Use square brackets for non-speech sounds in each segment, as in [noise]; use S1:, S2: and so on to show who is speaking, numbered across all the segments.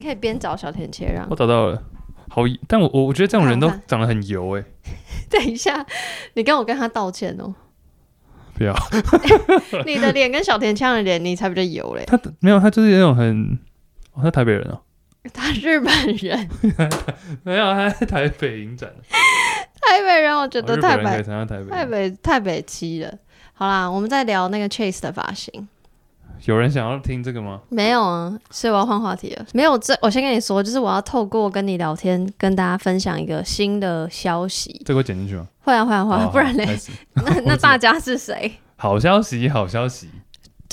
S1: 可以边找小田切让
S2: 我。找到了，好，但我我我觉得这种人都
S1: 看看
S2: 长得很油哎、
S1: [laughs] 等一下，你跟我跟他道歉哦。
S2: [laughs] 不要
S1: [laughs] 你的脸跟小田切让的脸，你才比较油嘞。
S2: 他没有，他就是那种很，哦，他台北人哦，
S1: 他日本人，
S2: 没有，他在台北影展，
S1: 台北人，我觉
S2: 哦
S1: 得
S2: 日
S1: 太
S2: 本人可
S1: 白
S2: 以参加台北
S1: 太
S2: 影展，
S1: 北太北七了。好啦，我们再聊那个 Chase 的发型。
S2: 有人想要听这个吗？
S1: 没有啊，所以我要换话题了。没有，这我先跟你说，就是我要透过跟你聊天，跟大家分享一个新的消息。
S2: 这个我剪进去吗？哦
S1: 会啊，会啊，会啊，
S2: 好
S1: 不然
S2: 好开
S1: 嘞，
S2: 始
S1: 那
S2: 道
S1: 那大家是谁？
S2: 好消息，好消息，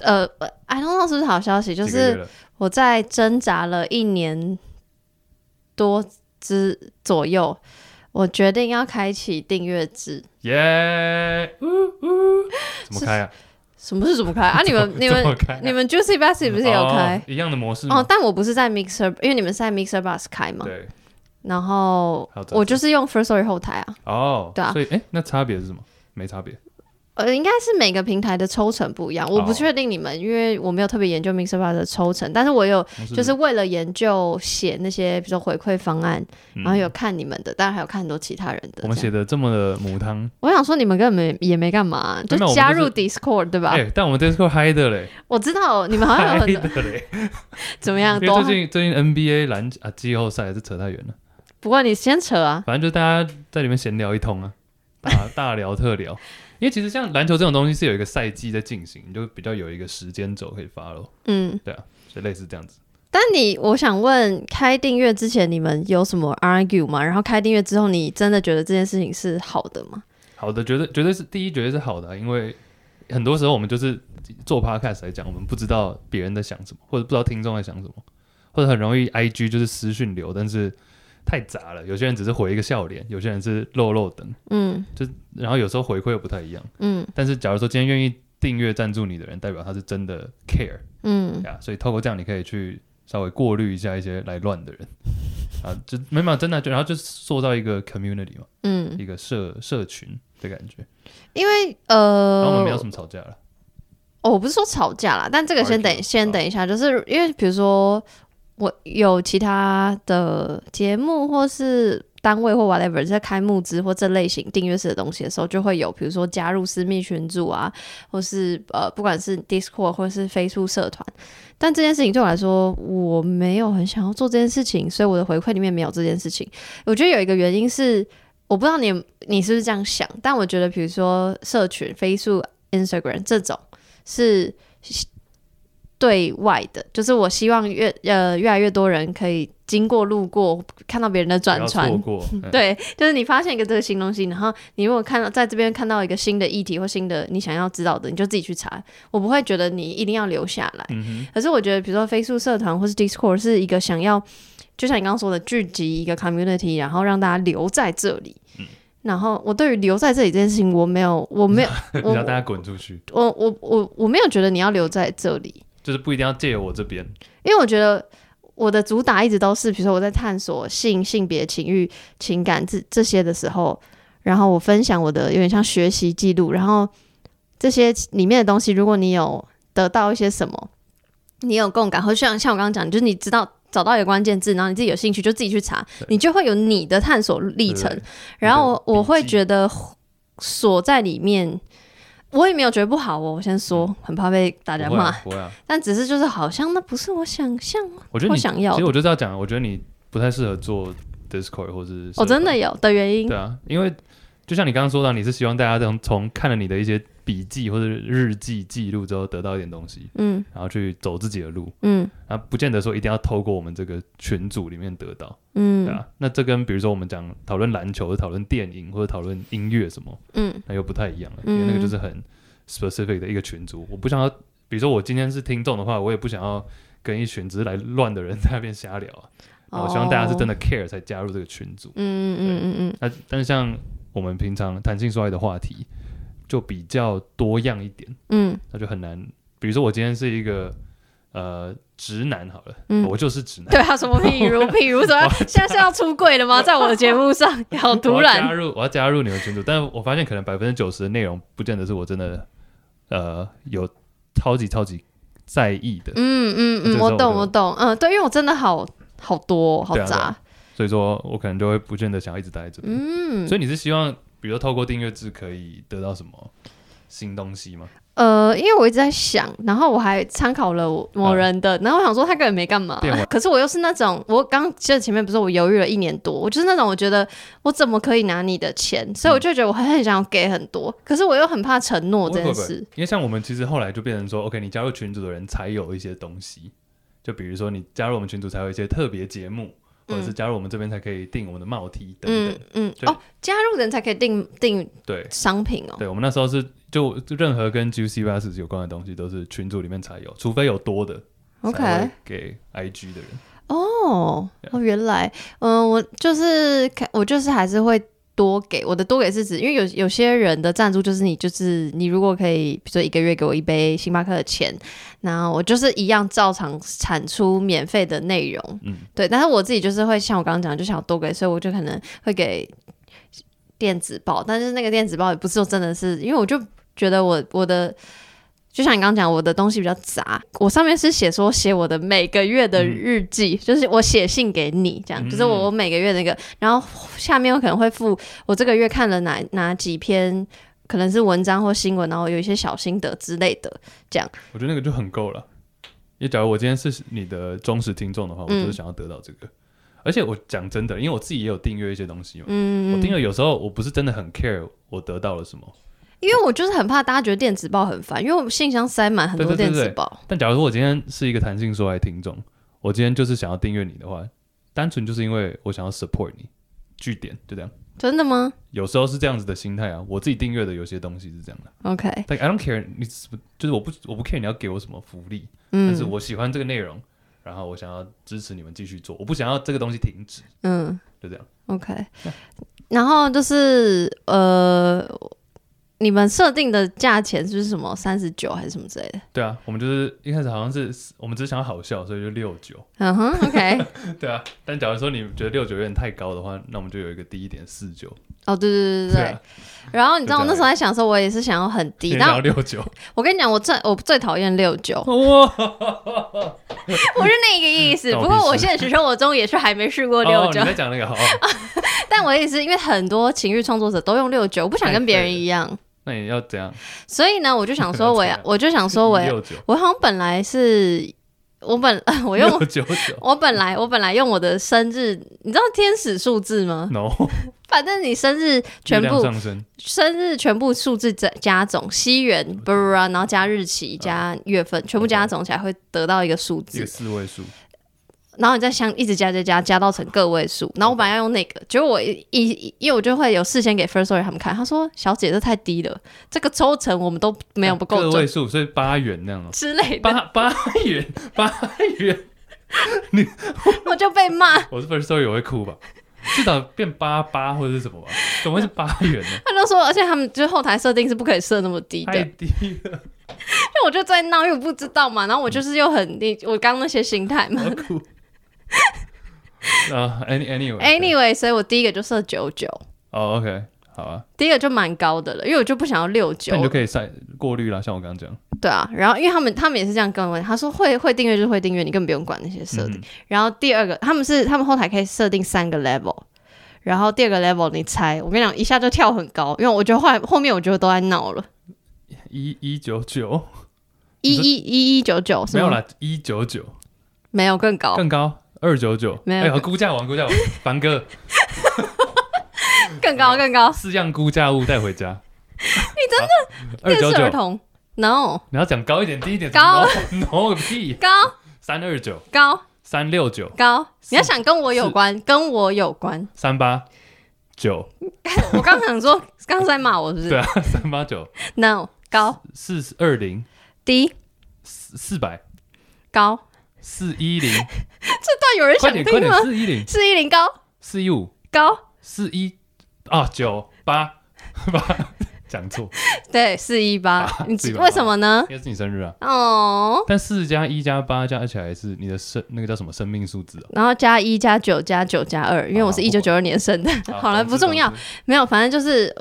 S1: 呃，I don't know 是不是好消息， [laughs] 就
S2: 几个月
S1: 是
S2: 了
S1: 我在挣扎了一年多之左右，我决定要开启订阅制。
S2: 耶，呜呜，怎么开啊？
S1: 什么是怎么开 [laughs]
S2: [laughs]
S1: 啊？你们、你
S2: 怎么
S1: 们、
S2: 开啊、
S1: 你们 Juicy Bassy 不是也有开
S2: 哦？一样的模式吗？
S1: 哦，但我不是在 Mixer，因为你们是在 Mixer Bus 开嘛，
S2: 对，哦
S1: 然后
S2: 还有杂志
S1: 我就是用 First Story 后台啊，
S2: 哦，
S1: 对啊
S2: 所以哎，那差别是什么？没差别，
S1: 呃，应该是每个平台的抽成不一样，我不
S2: 哦
S1: 确定你们，因为我没有特别研究 Mixer Bus 的抽成，但是我有就是为了研究写那些，比如说回馈方案，
S2: 嗯
S1: 然后有看你们的，当然还有看很多其他人的。
S2: 我们
S1: 这样
S2: 写的这么的母汤，
S1: 我想说你们根本没也没干嘛、就
S2: 没有我们
S1: 加
S2: 就是
S1: 入 Discord 对吧？
S2: 哎，但我们 Discord 嗨的嘞，
S1: 我知道你们好像
S2: 嗨
S1: 有啊
S2: [laughs]
S1: 很多
S2: 的嘞，
S1: [laughs] 怎么样
S2: 因为
S1: 多啊
S2: 最，近最近 NBA 篮啊季后赛这扯太远了，
S1: 不过你先扯啊，
S2: 反正就大家在里面闲聊一通啊，大 [laughs] 大聊特聊，因为其实像篮球这种东西是有一个赛季在进行，你就比较有一个时间轴可以发咯，
S1: 嗯。
S2: 所以类似这样子。
S1: 但你，我想问，开订阅之前你们有什么 argue 吗？然后开订阅之后，你真的觉得这件事情是好的吗？
S2: 好的，绝对绝对是第一，绝对是好的啊、因为很多时候我们就是做 podcast 来讲，我们不知道别人在想什么，或者不知道听众在想什么，或者很容易 IG 就是私讯流，但是太杂了。有些人只是回一个笑脸，有些人是肉肉等，
S1: 嗯
S2: 然后有时候回馈又不太一样。
S1: 嗯
S2: 但是假如说今天愿意订阅赞助你的人，代表他是真的 care
S1: 嗯，
S2: 呀、所以透过这样你可以去稍微过滤一下一些来乱的人。啊，就没办法，真的就然后就塑造一个 community 嘛，
S1: 嗯，
S2: 一个社社群的感觉。
S1: 因为
S2: 然后我
S1: 呃
S2: 们没有，什么吵架了。
S1: 哦，我不是说吵架嗯啦，但这个先
S2: Argue，
S1: 等先等一下，就是因为比如说我有其他的节目或是单位或 whatever 在开募资或这类型订阅式的东西的时候，就会有比如说加入私密群组啊，或是呃不管是 Discord 或是 Facebook 社团，但这件事情对我来说，我没有很想要做这件事情，所以我的回馈里面没有这件事情。我觉得有一个原因是，我不知道你你是不是这样想，但我觉得比如说社群、Facebook、Instagram 这种是对外的，就是我希望越呃越来越多人可以经过路过看到别人的
S2: 不
S1: 转
S2: 要
S1: 传 [laughs]
S2: 错，过，嗯，
S1: 对，就是你发现一个这个新东西，然后你如果看到在这边看到一个新的议题或新的你想要知道的，你就自己去查。我不会觉得你一定要留下来。
S2: 嗯
S1: 可是我觉得，比如说 Facebook 社团或是 Discord 是一个想要，就像你刚刚说的，聚集一个 community，然后让大家留在这里。然后我对于留在这里这件事情，我没有，我没有，
S2: 你
S1: [laughs] 我
S2: 让大家滚出去，
S1: 我我我我没有觉得你要留在这里。
S2: 就是不一定要借我这边。
S1: 因为我觉得我的主打一直都是，比如说我在探索性、性别、情欲、情感这这些的时候，然后我分享我的有点像学习记录，然后这些里面的东西，如果你有得到一些什么，你有共感，或像像我刚刚讲，就是你知道。找到一个关键字，然后你自己有兴趣就自己去查，你就会有你的探索历程。
S2: 对
S1: 然后我
S2: 你的
S1: 我会
S2: 笔记
S1: 觉得锁在里面，我也没有觉得不好哦。我先说，很怕被大家
S2: 嗯不会
S1: 骂
S2: 啊，不会啊。
S1: 但只是就是好像那不是我想象
S2: 我觉得
S1: 或
S2: 你，
S1: 想要哦
S2: 其实
S1: 的。
S2: 我就是要讲，我觉得你不太适合做 Discord 或是
S1: 我、
S2: 社团
S1: 哦真的有的原因
S2: 对，啊，因为就像你刚刚说到，你是希望大家从从看了你的一些笔记或者日记记录之后得到一点东西，
S1: 嗯
S2: 然后去走自己的路，
S1: 嗯
S2: 啊，不见得说一定要透过我们这个群组里面得到，对
S1: 嗯
S2: 啊。那这跟比如说我们讲讨论篮球、讨论电影或者讨论音乐什么，
S1: 嗯
S2: 那又不太一样了，因
S1: 嗯
S2: 为那个就是很 specific 的一个群组。我不想要，比如说我今天是听众的话，我也不想要跟一群只是来乱的人在那边瞎聊啊。
S1: 哦
S2: 那我希望大家是真的 care 才加入这个群组。
S1: 嗯嗯嗯嗯
S2: 那但是像我们平常谈性说爱的话题，就比较多样一点，
S1: 嗯
S2: 那就很难。比如说我今天是一个呃直男好了，
S1: 嗯
S2: 我就是直男。
S1: 对啊，什么譬
S2: [laughs]
S1: 如譬如什么， [laughs] 现在是要出柜了吗？在我的节目上，好突
S2: 我要加
S1: 然，
S2: 入，我要加入你们群组，但我发现可能百分之九十的内容不见得是我真的呃有超级超级在意的，
S1: 嗯嗯
S2: 这
S1: 嗯，
S2: 时候
S1: 我
S2: 我
S1: 懂
S2: 就
S1: 我懂，嗯，对，因为我真的好好多哦好
S2: 对啊对
S1: 杂
S2: 啊，所以说我可能就会不见得想要一直待在这边。
S1: 嗯，
S2: 所以你是希望，比如说透过订阅制可以得到什么新东西吗？
S1: 呃，因为我一直在想，然后我还参考了我某人的，然后我想说他根本没干嘛
S2: 变回，
S1: 可是我又是那种，我刚记得前面不是我犹豫了一年多，我就是那种我觉得我怎么可以拿你的钱，所以我就觉得我很很想要给很多，可是我又很怕承诺这
S2: 会
S1: 件
S2: 嗯不会
S1: 事，
S2: 因为像我们其实后来就变成说，OK，你加入群组的人才有一些东西，就比如说你加入我们群组才有一些特别节目，或者是加入我们这边才可以订我们的帽 T 等等。
S1: 嗯嗯，
S2: 对
S1: 哦，加入人才可以订订
S2: 对，
S1: 商品哦，
S2: 对我们那时候是就就任何跟 Juicy b a s s 有关的东西都是群组里面才有，除非有多的
S1: OK
S2: 才会给 IG 的人。
S1: 哦，哦，原来，嗯，我就是看，我就是还是会多给我的多给是指，因为有有些人的赞助就是你就是你如果可以，比如说一个月给我一杯星巴克的钱，那我就是一样照常产出免费的内容，
S2: 嗯
S1: 对。但是我自己就是会像我刚刚讲的，就想多给，所以我就可能会给电子报，但是那个电子报也不是说真的是，因为我就觉得我我的。就像你刚刚讲，我的东西比较杂，我上面是写说写我的每个月的日记，就是我写信给你这样，
S2: 嗯
S1: 就是我我每个月那个，然后下面我可能会附我这个月看了哪哪几篇，可能是文章或新闻，然后有一些小心得之类的，这样，
S2: 我觉得那个就很够了。因为假如我今天是你的忠实听众的话，
S1: 嗯
S2: 我就是想要得到这个。而且我讲真的，因为我自己也有订阅一些东西嘛，
S1: 嗯
S2: 我订阅有时候我不是真的很 care 我得到了什么，
S1: 因为我就是很怕大家觉得电子报很烦，因为我信箱塞满很多
S2: 对对
S1: 电
S2: 对
S1: 子
S2: 对
S1: 报，
S2: 但假如说我今天是一个弹性说爱听众，我今天就是想要订阅你的话，单纯就是因为我想要 support 你，据点就这样。
S1: 真的吗
S2: 有时候是这样子的心态啊，我自己订阅的有些东西是这样的。
S1: ？OK，
S2: 但 I don't care 你什么，就是我不我不 care 你要给我什么福利，但是
S1: 嗯
S2: 我喜欢这个内容，然后我想要支持你们继续做，我不想要这个东西停止，
S1: 嗯
S2: 就这样。
S1: ，OK，然后就是呃，你们设定的价钱是什么三十九还是什么之类的？
S2: 对啊，我们就是一开始好像是我们只是想要好笑，所以就六
S1: [laughs]
S2: 九。
S1: 嗯哼，OK，
S2: [laughs] 对啊，但假如说你觉得六九有点太高的话，那我们就有一个低一点四九。
S1: 哦，对 [laughs] 对对对对。
S2: [laughs] 啊，
S1: 然后你知道我那时候在想说，我也是想要很低，
S2: 你
S1: 但
S2: 要六
S1: [laughs]
S2: 九，
S1: 我跟你讲，我最我最讨厌六
S2: [laughs]
S1: 九，我是那个意思。
S2: 嗯
S1: 不
S2: 那我
S1: 过
S2: 必
S1: 我
S2: 须
S1: 现实生活中也是还没试过
S2: 哦
S1: 六
S2: 你
S1: 九，
S2: 在讲那个好，哦
S1: 但我也是因为很多情欲创作者都用六九，我
S2: 哎
S1: 不想跟别人一样，
S2: 那你要怎样？
S1: 所以呢，我就想
S2: [laughs]
S1: 说我
S2: 啊
S1: 要， [laughs] 我就想说我要，
S2: 六九，
S1: 我好像本来是，我本 [laughs] 我用
S2: 六九
S1: [laughs]
S2: 九
S1: 我本来我本来用我的生日，你知道天使数字吗？
S2: ，no，
S1: 反正你生日全
S2: 月亮
S1: 部
S2: 上升，
S1: 生日全部数字加加总，西元
S2: 嗯
S1: 不不不，然后加日期加月份，全部加总起来会得到一个数
S2: 一
S1: 字，
S2: 个四位数，
S1: 然后你再相一直加加加加到成个位数。然后我本来要用那个，结果我一一因为我就会有事先给 First Story 他们看，他说小姐这太低了，这个抽成我们都没有不够
S2: 个位
S1: 准
S2: 数，所以八元那样哦，
S1: 之类的，
S2: 八八元， [laughs] 八元，
S1: 我就被骂。
S2: 我是 first story 我会哭吧，至少变八八或者是什么吧，怎么会是八元
S1: [laughs]
S2: 呢？
S1: 他就说，而且他们就是后台设定是不可以设那么低的，
S2: 太
S1: 因
S2: 低了，
S1: 为我就在闹，因为我不知道嘛。然后
S2: 嗯
S1: 我就是又很你我刚那些心态嘛
S2: 我。要哭。啊，any anyway
S1: Anyway，所以我第一个就设九九，
S2: 哦，OK，好啊，
S1: 第一个就蛮高的了，因为我就不想要六九
S2: 那你就可以筛过滤啦，像我刚刚讲，
S1: 对啊，然后因为他们他们也是这样跟我讲，他说会会订阅就是会订阅，你根本不用管那些设定。
S2: 嗯
S1: 然后第二个，他们是他们后台可以设定三个 level，然后第二个 level 你猜，我跟你讲一下就跳很高，因为我觉得后来后面我觉得都在闹了，
S2: 一一九九
S1: 一
S2: 你说
S1: 一一一九九是
S2: 没
S1: 吗
S2: 有啦，一九九
S1: 没有更高，
S2: 更高，二九九，
S1: 哦没有
S2: 哎呦，估价王，估价王，
S1: [laughs]
S2: 凡哥，
S1: 更高更高，
S2: 四样估价物带
S1: [laughs]
S2: 回家。你真的二
S1: 电
S2: 九
S1: 视儿
S2: 九，
S1: 童 no
S2: 你要讲高一点，低一点，
S1: 高
S2: [laughs] no 屁，
S1: 高
S2: 三二九，
S1: 高
S2: 三六九，
S1: 高，你要想跟我有关，跟我有
S2: [laughs]
S1: 关，
S2: 三八九，
S1: 我刚想说刚才骂我是不是
S2: 对啊，三八九，
S1: no 高
S2: 四二零，
S1: 低
S2: 四四百，
S1: 高，
S2: 四一
S1: [laughs]
S2: 零，
S1: 但有人
S2: 快
S1: 想
S2: 点快
S1: 听
S2: 点，
S1: 吗？
S2: 四一零，
S1: 四一零高
S2: 四一五，
S1: 高。
S2: 四一啊九八 [laughs] 八，讲错，
S1: 对，四一八，你
S2: 418
S1: 为什么呢？
S2: 应该是你生日啊。
S1: 哦，
S2: 但四加一加八加起来是你的生那个叫什么生命数字啊
S1: 然后加一加九加九加二，因为我是
S2: 好
S1: 一
S2: 不
S1: 九
S2: 管
S1: 九二年生的。
S2: 啊？
S1: 好了，不重要
S2: 总，之。
S1: 没有，反正就是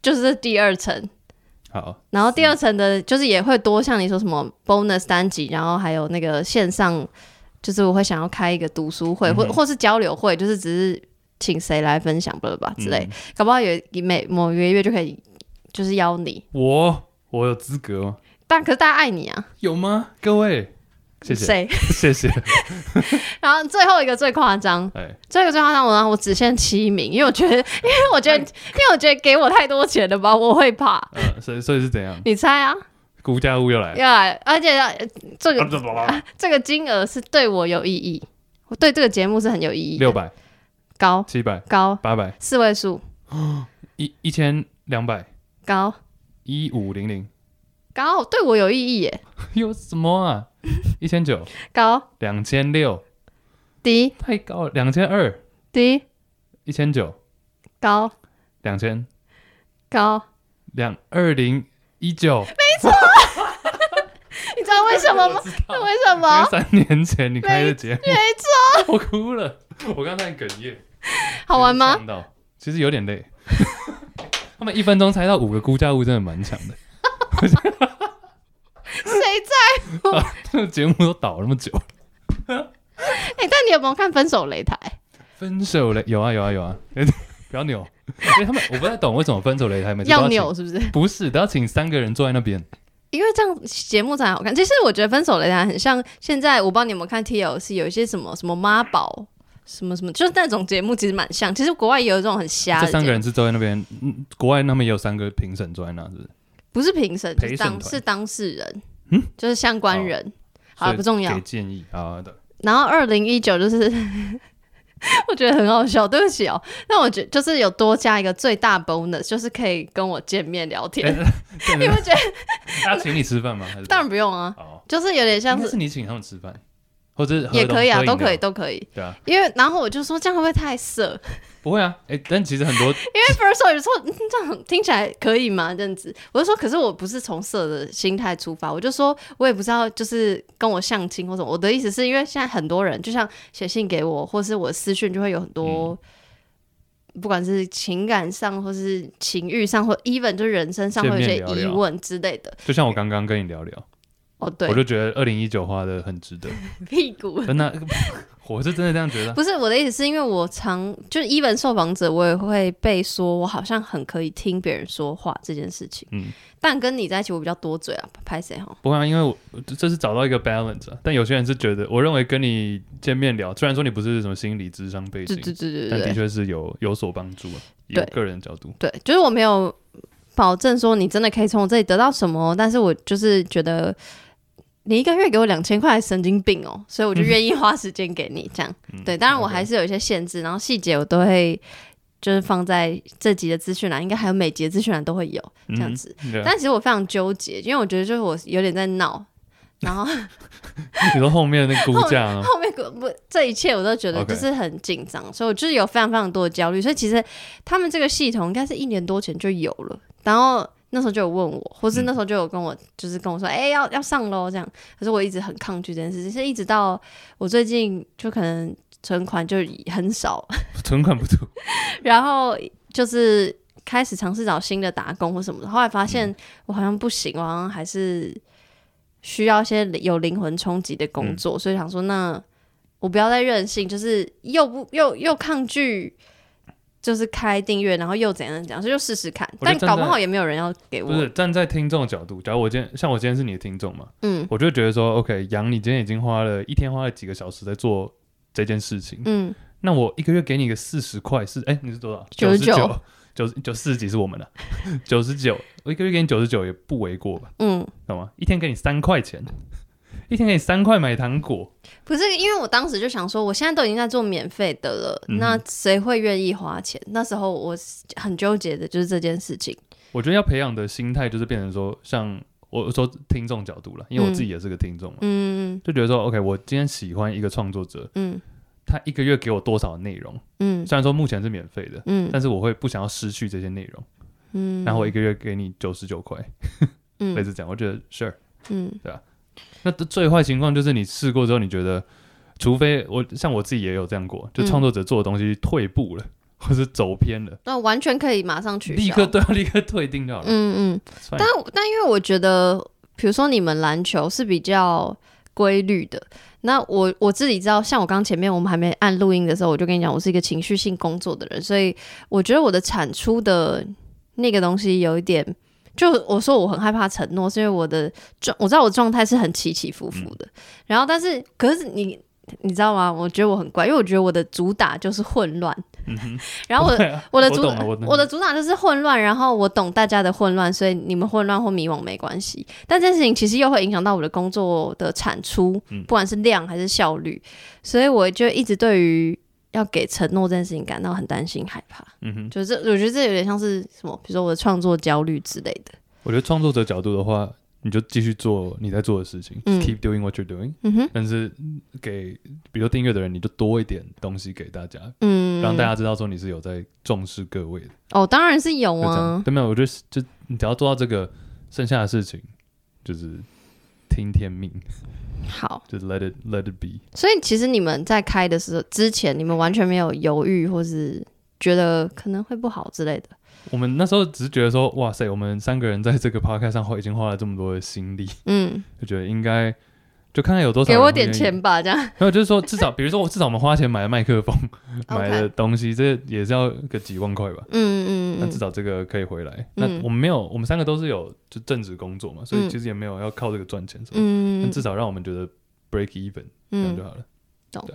S1: 就是第二层，
S2: 总之好，
S1: 然后第二层的就是也会多像你说什么 bonus 单集，然后还有那个线上就是我会想要开一个读书会，或
S2: 嗯哼
S1: 或是交流会，就是只是请谁来分享，不吧之类，
S2: 嗯
S1: 搞不好有每某一个月就可以就是邀你，
S2: 我我有资格吗？
S1: 但可是大家爱你啊，
S2: 有吗？各位，谢谢，
S1: 谁？
S2: [laughs] 谢谢。
S1: 然后最后一个最夸张，
S2: 哎，
S1: 最后一个最夸张，我让我只限七名，因为我觉得，因为我觉
S2: 哎
S1: 得，因为我觉得给我太多钱了吧，我会怕。
S2: 呃，所以所以是怎样？
S1: 你猜啊？
S2: 估价屋又来了。
S1: 要来，而且要这个、
S2: 啊
S1: 这个金额是对我有意义，我对这个节目是很有意义的。
S2: 六百、
S1: 高
S2: 七百、
S1: 高
S2: 八百、
S1: 四位数
S2: 一一千两百、
S1: 高
S2: 一五零零，
S1: 高对我有意义耶，
S2: 有什么啊？一千九、
S1: 高
S2: 两千六，
S1: 低
S2: 太高了，两千二、
S1: 低
S2: 一千九、
S1: 高
S2: 两千、
S1: 高， [laughs]
S2: 两二零一九。
S1: 你知道为什么吗？为什
S2: 因为
S1: 么？
S2: 三年前你开的节目，
S1: 没
S2: 错，我哭了，我刚才哽咽。
S1: 好玩吗？
S2: 呛到？其实有点累。他们一分钟猜到五个估价物，真的蛮强的。
S1: 谁在？
S2: 这个节目都倒了那么久，
S1: [laughs] 哎、但你有没有看《分手擂台》？
S2: 分手了有啊有啊有啊， [laughs] 不要扭。 [laughs] 因为他们我不太懂为什么分手擂台每次都
S1: 要
S2: 请
S1: 扭，是不是？
S2: 不是都要请三个人坐在那边。
S1: 因为这样节目才好看。其实我觉得《分手擂台》很像现在，我不知道你有没有看 TLC，有一些什么什么妈宝。什么什么，就是那种节目，其实蛮像。其实国外也有这种很瞎的节
S2: 这
S1: 目，
S2: 三个人是坐在那边，嗯，国外他们也有三个评审坐在那，是不是？
S1: 不是评审，就是
S2: 陪审
S1: 当
S2: 团
S1: 是当事人，
S2: 嗯哦
S1: 就是相关人。好了
S2: 所以
S1: 不重要
S2: 给建议
S1: [laughs]
S2: 好的，
S1: 然后二零一九就是， [laughs] 我觉得很好笑，对不起哦。那我觉就是有多加一个最大 bonus，就是可以跟我见面聊天。
S2: 哎对
S1: 你不觉得？
S2: 他请你吃饭吗？还是
S1: 当然不用啊，
S2: 好，
S1: 就是有点像
S2: 应 [laughs] 该
S1: 是
S2: 是你请他们吃饭，或者是喝
S1: 也
S2: 东
S1: 可以啊，
S2: 喝饮料
S1: 都可以，都可以。
S2: 对啊，
S1: 因为然后我就说这样会不会太色？
S2: 不会啊，哎，但其实很
S1: [laughs]
S2: 多
S1: 因为 first s o 说、嗯、这样听起来可以吗？这样子，我就说可是我不是从色的心态出发，我就说我也不知道就是跟我相亲或什么。我的意思是因为现在很多人就像写信给我，或是我私讯就会有很
S2: 嗯
S1: 多，不管是情感上或是情欲上，或 even 就是人生上会有
S2: 见
S1: 一
S2: 面
S1: 些
S2: 聊
S1: 疑
S2: 聊
S1: 问之类的。
S2: 就像我刚刚跟你聊聊，
S1: 哦，对
S2: 我，就觉得二零一九花的很值得，
S1: [laughs] 屁股。
S2: 真的，啊 [laughs] 我是真的这样 [laughs] 觉得。啊
S1: 不是我的意思，是因为我常就是 even 受访者，我也会被说我好像很可以听别人说话这件事情。
S2: 嗯，
S1: 但跟你在一起，我比较多嘴啊，拍谁哈？
S2: 不会啊，因为我这是找到一个 balance 啊。但有些人是觉得，我认为跟你见面聊，虽然说你不是什么心理智商背
S1: 对对
S2: 景，
S1: 对
S2: 但
S1: 对
S2: 的
S1: 对
S2: 确是有有所帮助啊。以
S1: 对
S2: 我个人角度，
S1: 对，就是我没有保证说你真的可以从我这里得到什么，但是我就是觉得你一个月给我两千块，神经病哦，所以我就愿意花时间给你这样。
S2: [laughs] 嗯
S1: 对，当然我
S2: OK
S1: 还是有一些限制，然后细节我都会就是放在这集的资讯栏，应该还有每集的资讯栏都会有这样子。
S2: 嗯对啊
S1: 但其实我非常纠结，因为我觉得就是我有点在闹，然后 [laughs]
S2: 你说后面那个估价啊，
S1: 后面不不这一切我都觉得
S2: OK
S1: 就是很紧张所以我就是有非常非常多的焦虑。所以其实他们这个系统应该是一年多前就有了，然后那时候就有问我，或是那时候就有跟我、就是跟我说，哎、要要上喽这样。可是我一直很抗拒这件事情，是一直到我最近就可能存款就很少，
S2: 存款不足，
S1: 然后就是开始尝试找新的打工或什么的。后来发
S2: 嗯
S1: 现我好像不行，我好像还是需要一些有灵魂冲击的
S2: 嗯
S1: 工作，所以想说，那我不要再任性，就是又不又又抗拒。就是开订阅，然后又怎样怎样，所以就试试看。
S2: 我觉
S1: 但
S2: 得
S1: 搞不
S2: 真的
S1: 好也没有人要给
S2: 不
S1: [laughs] 我
S2: 是。站在听众的角度。假如我今天像我今天是你的听众嘛，
S1: 嗯
S2: 我就会觉得说，OK，杨，你今天已经花了一天花了几个小时在做这件事情，
S1: 嗯，
S2: 那我一个月给你个四十块是，哎、你是多少？
S1: 99
S2: 九九四十几是我们的，九十九，我一个月给你九十九也不为过吧？
S1: 嗯，
S2: 懂吗？一天给你三块钱，一天给你三块买糖果，
S1: 不是，因为我当时就想说，我现在都已经在做免费的了，
S2: 嗯哼
S1: 那谁会愿意花钱？那时候我很纠结的就是这件事情。
S2: 我觉得要培养的心态就是变成说，像我说听众角度啦，因为我自己也是个听众嘛，
S1: 嗯
S2: 就觉得说，OK，我今天喜欢一个创作者，
S1: 嗯
S2: 他一个月给我多少内容？
S1: 嗯
S2: 虽然说目前是免费的，
S1: 嗯
S2: 但是我会不想要失去这些内容，
S1: 嗯，
S2: 然后我一个月给你九十九块，类
S1: 嗯
S2: 似这样，我觉得 sure。
S1: 嗯
S2: 那最坏情况就是你试过之后，你觉得，除非我像我自己也有这样过，就
S1: 嗯
S2: 创作者做的东西退步了，或是走偏了，
S1: 那完全可以马上嗯取消。
S2: 立刻都要 [laughs] 立刻退订掉了。
S1: 嗯嗯，
S2: 算
S1: 但但因为我觉得，比如说你们篮球是比较规律的，那我我自己知道，像我刚前面我们还没按录音的时候，我就跟你讲，我是一个情绪性工作的人，所以我觉得我的产出的那个东西有一点，就我说我很害怕承诺，是因为我的状，我知道我状态是很起起伏伏的。然后，但是可是你你知道吗？我觉得我很怪，因为我觉得我的主打就是混乱。然
S2: [laughs]
S1: 后我
S2: 对啊
S1: 我的
S2: 我
S1: 主
S2: 懂了我懂
S1: 我的主打就是混乱，然后我懂大家的混乱，所以你们混乱或迷惘没关系。但这件事情其实又会影响到我的工作的产出，
S2: 嗯
S1: 不管是量还是效率，所以我就一直对于要给承诺这件事情感到很担心害怕。
S2: 嗯哼，
S1: 就是我觉得这有点像是什么，比如说我的创作焦虑之类的。
S2: 我觉得创作者角度的话，你就继续做你在做的事情、
S1: 嗯
S2: k e e p doing what you're doing。
S1: 嗯哼，
S2: 但是嗯给比如说订阅的人，你就多一点东西给大家，
S1: 嗯，
S2: 让大家知道说你是有在重视各位的。
S1: 哦，当然是有
S2: 就这样，
S1: 啊。
S2: 对没有？我觉得是就你只要做到这个，剩下的事情就是听天命，
S1: 好，
S2: 就是 let it let it be。
S1: 所以其实你们在开的时候之前，你们完全没有犹豫或是觉得可能会不好之类的。
S2: 我们那时候只是觉得说，哇塞，我们三个人在这个 podcast 上花已经花了这么多的心力，
S1: 嗯，
S2: 就觉得应该就看看有多少
S1: 给
S2: 人
S1: 我
S2: 会
S1: 点
S2: 愿意
S1: 钱吧，这样。
S2: 没有，就是说至少，比如说我至少我们花钱买了麦
S1: [laughs]
S2: 克风，买了东西，这也是要个几万块吧。
S1: 嗯嗯
S2: 那
S1: 嗯嗯，
S2: 至少这个可以回来。
S1: 嗯
S2: 那我们没有，我们三个都是有就正职工作嘛，所以
S1: 嗯
S2: 其实也没有要靠这个赚钱什么。
S1: 嗯
S2: 那至少让我们觉得 break even 这样就
S1: 嗯，
S2: 好了。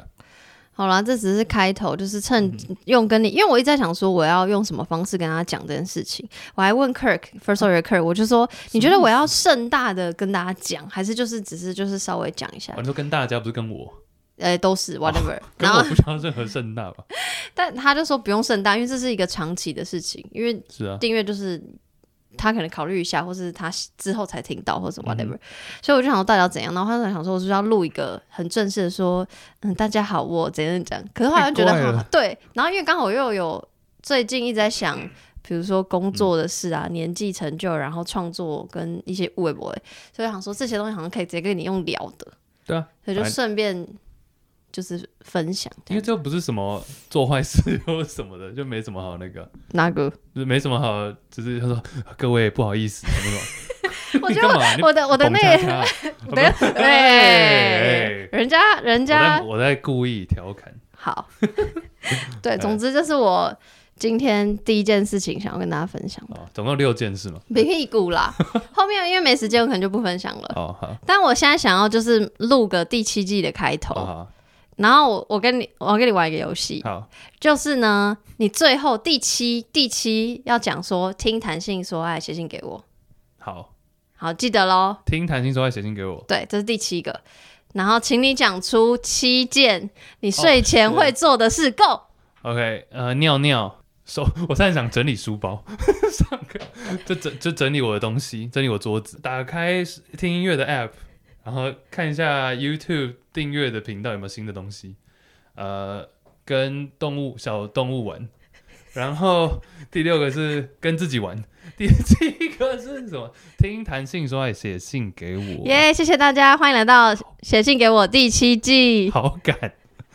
S1: 好啦，这只是开头，就是趁
S2: 嗯
S1: 用跟你，因为我一直在想说我要用什么方式跟他讲这件事情，我还问 Kirk，First Story Kirk，我就说你觉得我要盛大的跟大家讲，还是就是只是就是稍微讲一下
S2: 反，正跟大家不是
S1: [laughs]
S2: 跟我，
S1: 呃，都是 whatever，
S2: 哦跟
S1: 然
S2: 我
S1: 后
S2: 不需要任何盛大吧？
S1: 但他就说不用盛大，因为这是一个长期的事情，因为
S2: 是啊，
S1: 订阅就是他可能考虑一下，或是他之后才听到，或
S2: 嗯
S1: 者 whatever、所以我就想说到底要怎样，然后他就想说，我是不是要录一个很正式的说，嗯，大家好，我怎样怎样。可是后来就觉得
S2: 太怪了
S1: 好对，然后因为刚好又有最近一直在想。比如说工作的事啊，年纪成就，然后创作跟一些微博，欸所以想说这些东西好像可以直接跟你用聊的，
S2: 对啊，
S1: 所以就
S2: 反
S1: 顺便就是分享这
S2: 因为
S1: 样。
S2: 这又不是什么做坏事或什么的，就没什么好那个，
S1: 哪个？
S2: 就是没什么好，就是他说各位不好意思什么什么。
S1: [laughs] 我
S2: 你
S1: 觉
S2: 干嘛？你
S1: 得我的我的
S2: 捧
S1: 那
S2: 恰 [laughs]
S1: 个
S2: 恰啊
S1: 没有，哎，人家人
S2: 我在
S1: 家
S2: 我在故意调侃，
S1: 好，
S2: [laughs] 哎
S1: 对，总之这是我今天第一件事情想要跟大家分享的，
S2: 哦，总共六件事嘛。
S1: 屁股啦。 [laughs] 后面因为没时间，我可能就不分享了。
S2: 哦，好，
S1: 但我现在想要就是录个第七季的开头，
S2: 哦好，
S1: 然后我我跟你我要跟你玩一个游戏，
S2: 好，
S1: 就是呢，你最后第七第七要讲说听弹性说爱写信给我，
S2: 好，
S1: 好记得喽。
S2: 听谈心说爱写信给我。
S1: 对，这是第七个。然后，请你讲出七件
S2: 哦
S1: 你睡前会做的事。Go，、
S2: OK，呃，尿尿，收， [laughs] 我现在想整理书包， [laughs] 上课就整就整理我的东西，整理我桌子，打开听音乐的 App，然后看一下 YouTube 订阅的频道有没有新的东西，呃，跟动物小动物玩，然后第六个是跟自己玩，第七个是什么？听弹性说爱写信给我，
S1: 耶谢谢大家，欢迎来到写信给我第七季。
S2: 好
S1: [laughs]
S2: 感，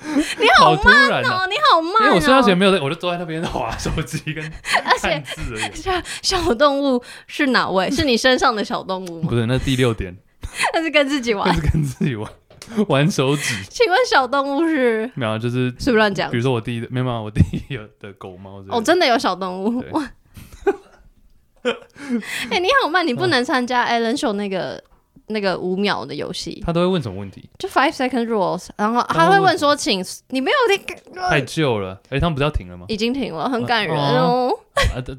S2: 你好突然啊！
S1: 哦，你好
S2: 因
S1: 慢
S2: 为
S1: 哦！
S2: 我睡觉前没有在，我就坐在那边划手机跟
S1: [laughs] 而且
S2: 看字而已。
S1: 小小动物是哪位？是你身上的小动物吗？
S2: 不是，那第六点，
S1: 那是跟自己
S2: 那
S1: 玩。
S2: 是跟自己玩玩手指，
S1: 请问小动物是
S2: 没有，
S1: [laughs]
S2: 啊就是
S1: 是不是乱讲
S2: 比？如说我弟的，没有，没有我弟有的狗猫之类的，
S1: 哦，真的有小动物
S2: 对。
S1: 哇！ [laughs] 哎、你好慢，你
S2: 嗯
S1: 不能参加 a l l n Show 那个那个五秒的游戏，
S2: 他都会问什么问题？
S1: 就 Five Second Rules，然后他会问说，请你没有听，
S2: 太旧了，哎，他们不是要停了
S1: [laughs]
S2: 吗？
S1: 已经停了，很感人
S2: 哦
S1: 哦
S2: 啊，这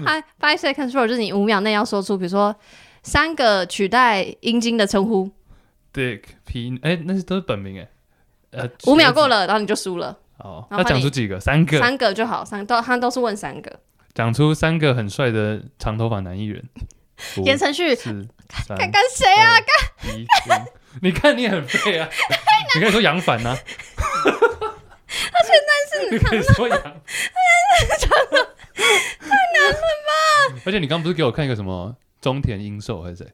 S2: 嗯
S1: 它啊 five seconds rule 就是你五秒内要说出，比如说三个取代阴茎的称呼，
S2: Dick 皮，哎，那是都是本名哎，呃，
S1: 五秒过了，然后你就输了，
S2: 哦，
S1: 然后
S2: 他讲
S1: 换
S2: 出
S1: 你
S2: 几个？三个，
S1: 三个就好，三都他都是问三个。
S2: 讲出三个很帅的长头发男艺
S1: [laughs]
S2: 人，五
S1: 言承旭， [laughs]
S2: 四三
S1: 看看谁啊？
S2: 二一零哦 [laughs] 你看你很废啊，你可以说杨凡呐，他 [laughs] 现在是你可以说杨，太难了吧？而且你刚不是给我看一个什么中田英寿还是谁？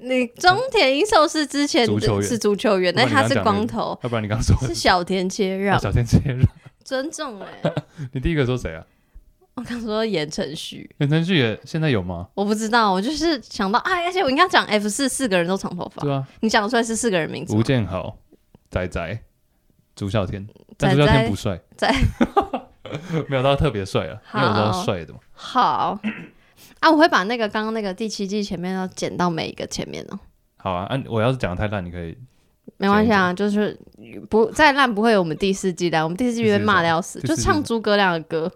S1: 你中田英寿是之前
S2: 足球员
S1: 是足球员，但
S2: 我刚
S1: 他
S2: 刚
S1: 是
S2: 讲的
S1: 光头，
S2: 要不然你刚说
S1: 是小田切让
S2: [laughs] 哦，小天切让，
S1: 尊重哎、
S2: 你第一个说谁啊？
S1: 我我刚说言承旭，
S2: 言承旭也现在有吗？
S1: 我不知道，我就是想到啊，而且我应该讲 F 四四个人都长头发，
S2: 对啊，
S1: 你讲得出来是四个人名字
S2: 吴
S1: 吗？
S2: 建豪、仔仔、朱孝天，但
S1: 仔
S2: 朱孝天
S1: 仔
S2: 不帅，
S1: 仔
S2: [laughs] 没有到特别帅啊，因为我知道
S1: 好
S2: 帅的嘛。
S1: 好啊，我会把那个刚刚那个第七季前面要剪到每一个前面哦，
S2: 好啊，按我要是讲的太烂，你可以
S1: 没关系啊，就是不再烂不会有我们第四季烂，我们第四季被骂的要死，
S2: 第
S1: 就
S2: 四季
S1: 唱诸葛亮的歌，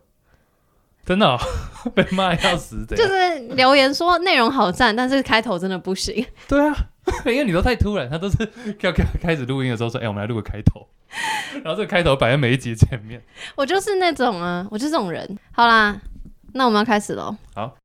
S2: 真的哦、 [laughs] 被骂要死的。
S1: 就是留言说内容好赞，但是开头真的不行。 [laughs]
S2: 对啊， [laughs] 因为你都太突然，他都是 [laughs] 要开开始录音的时候说，哎、我们来录个开头，然后这个开头摆在每一集前面。
S1: 我就是那种啊，我就是这种人。好啦，那我们要开始喽。
S2: 好，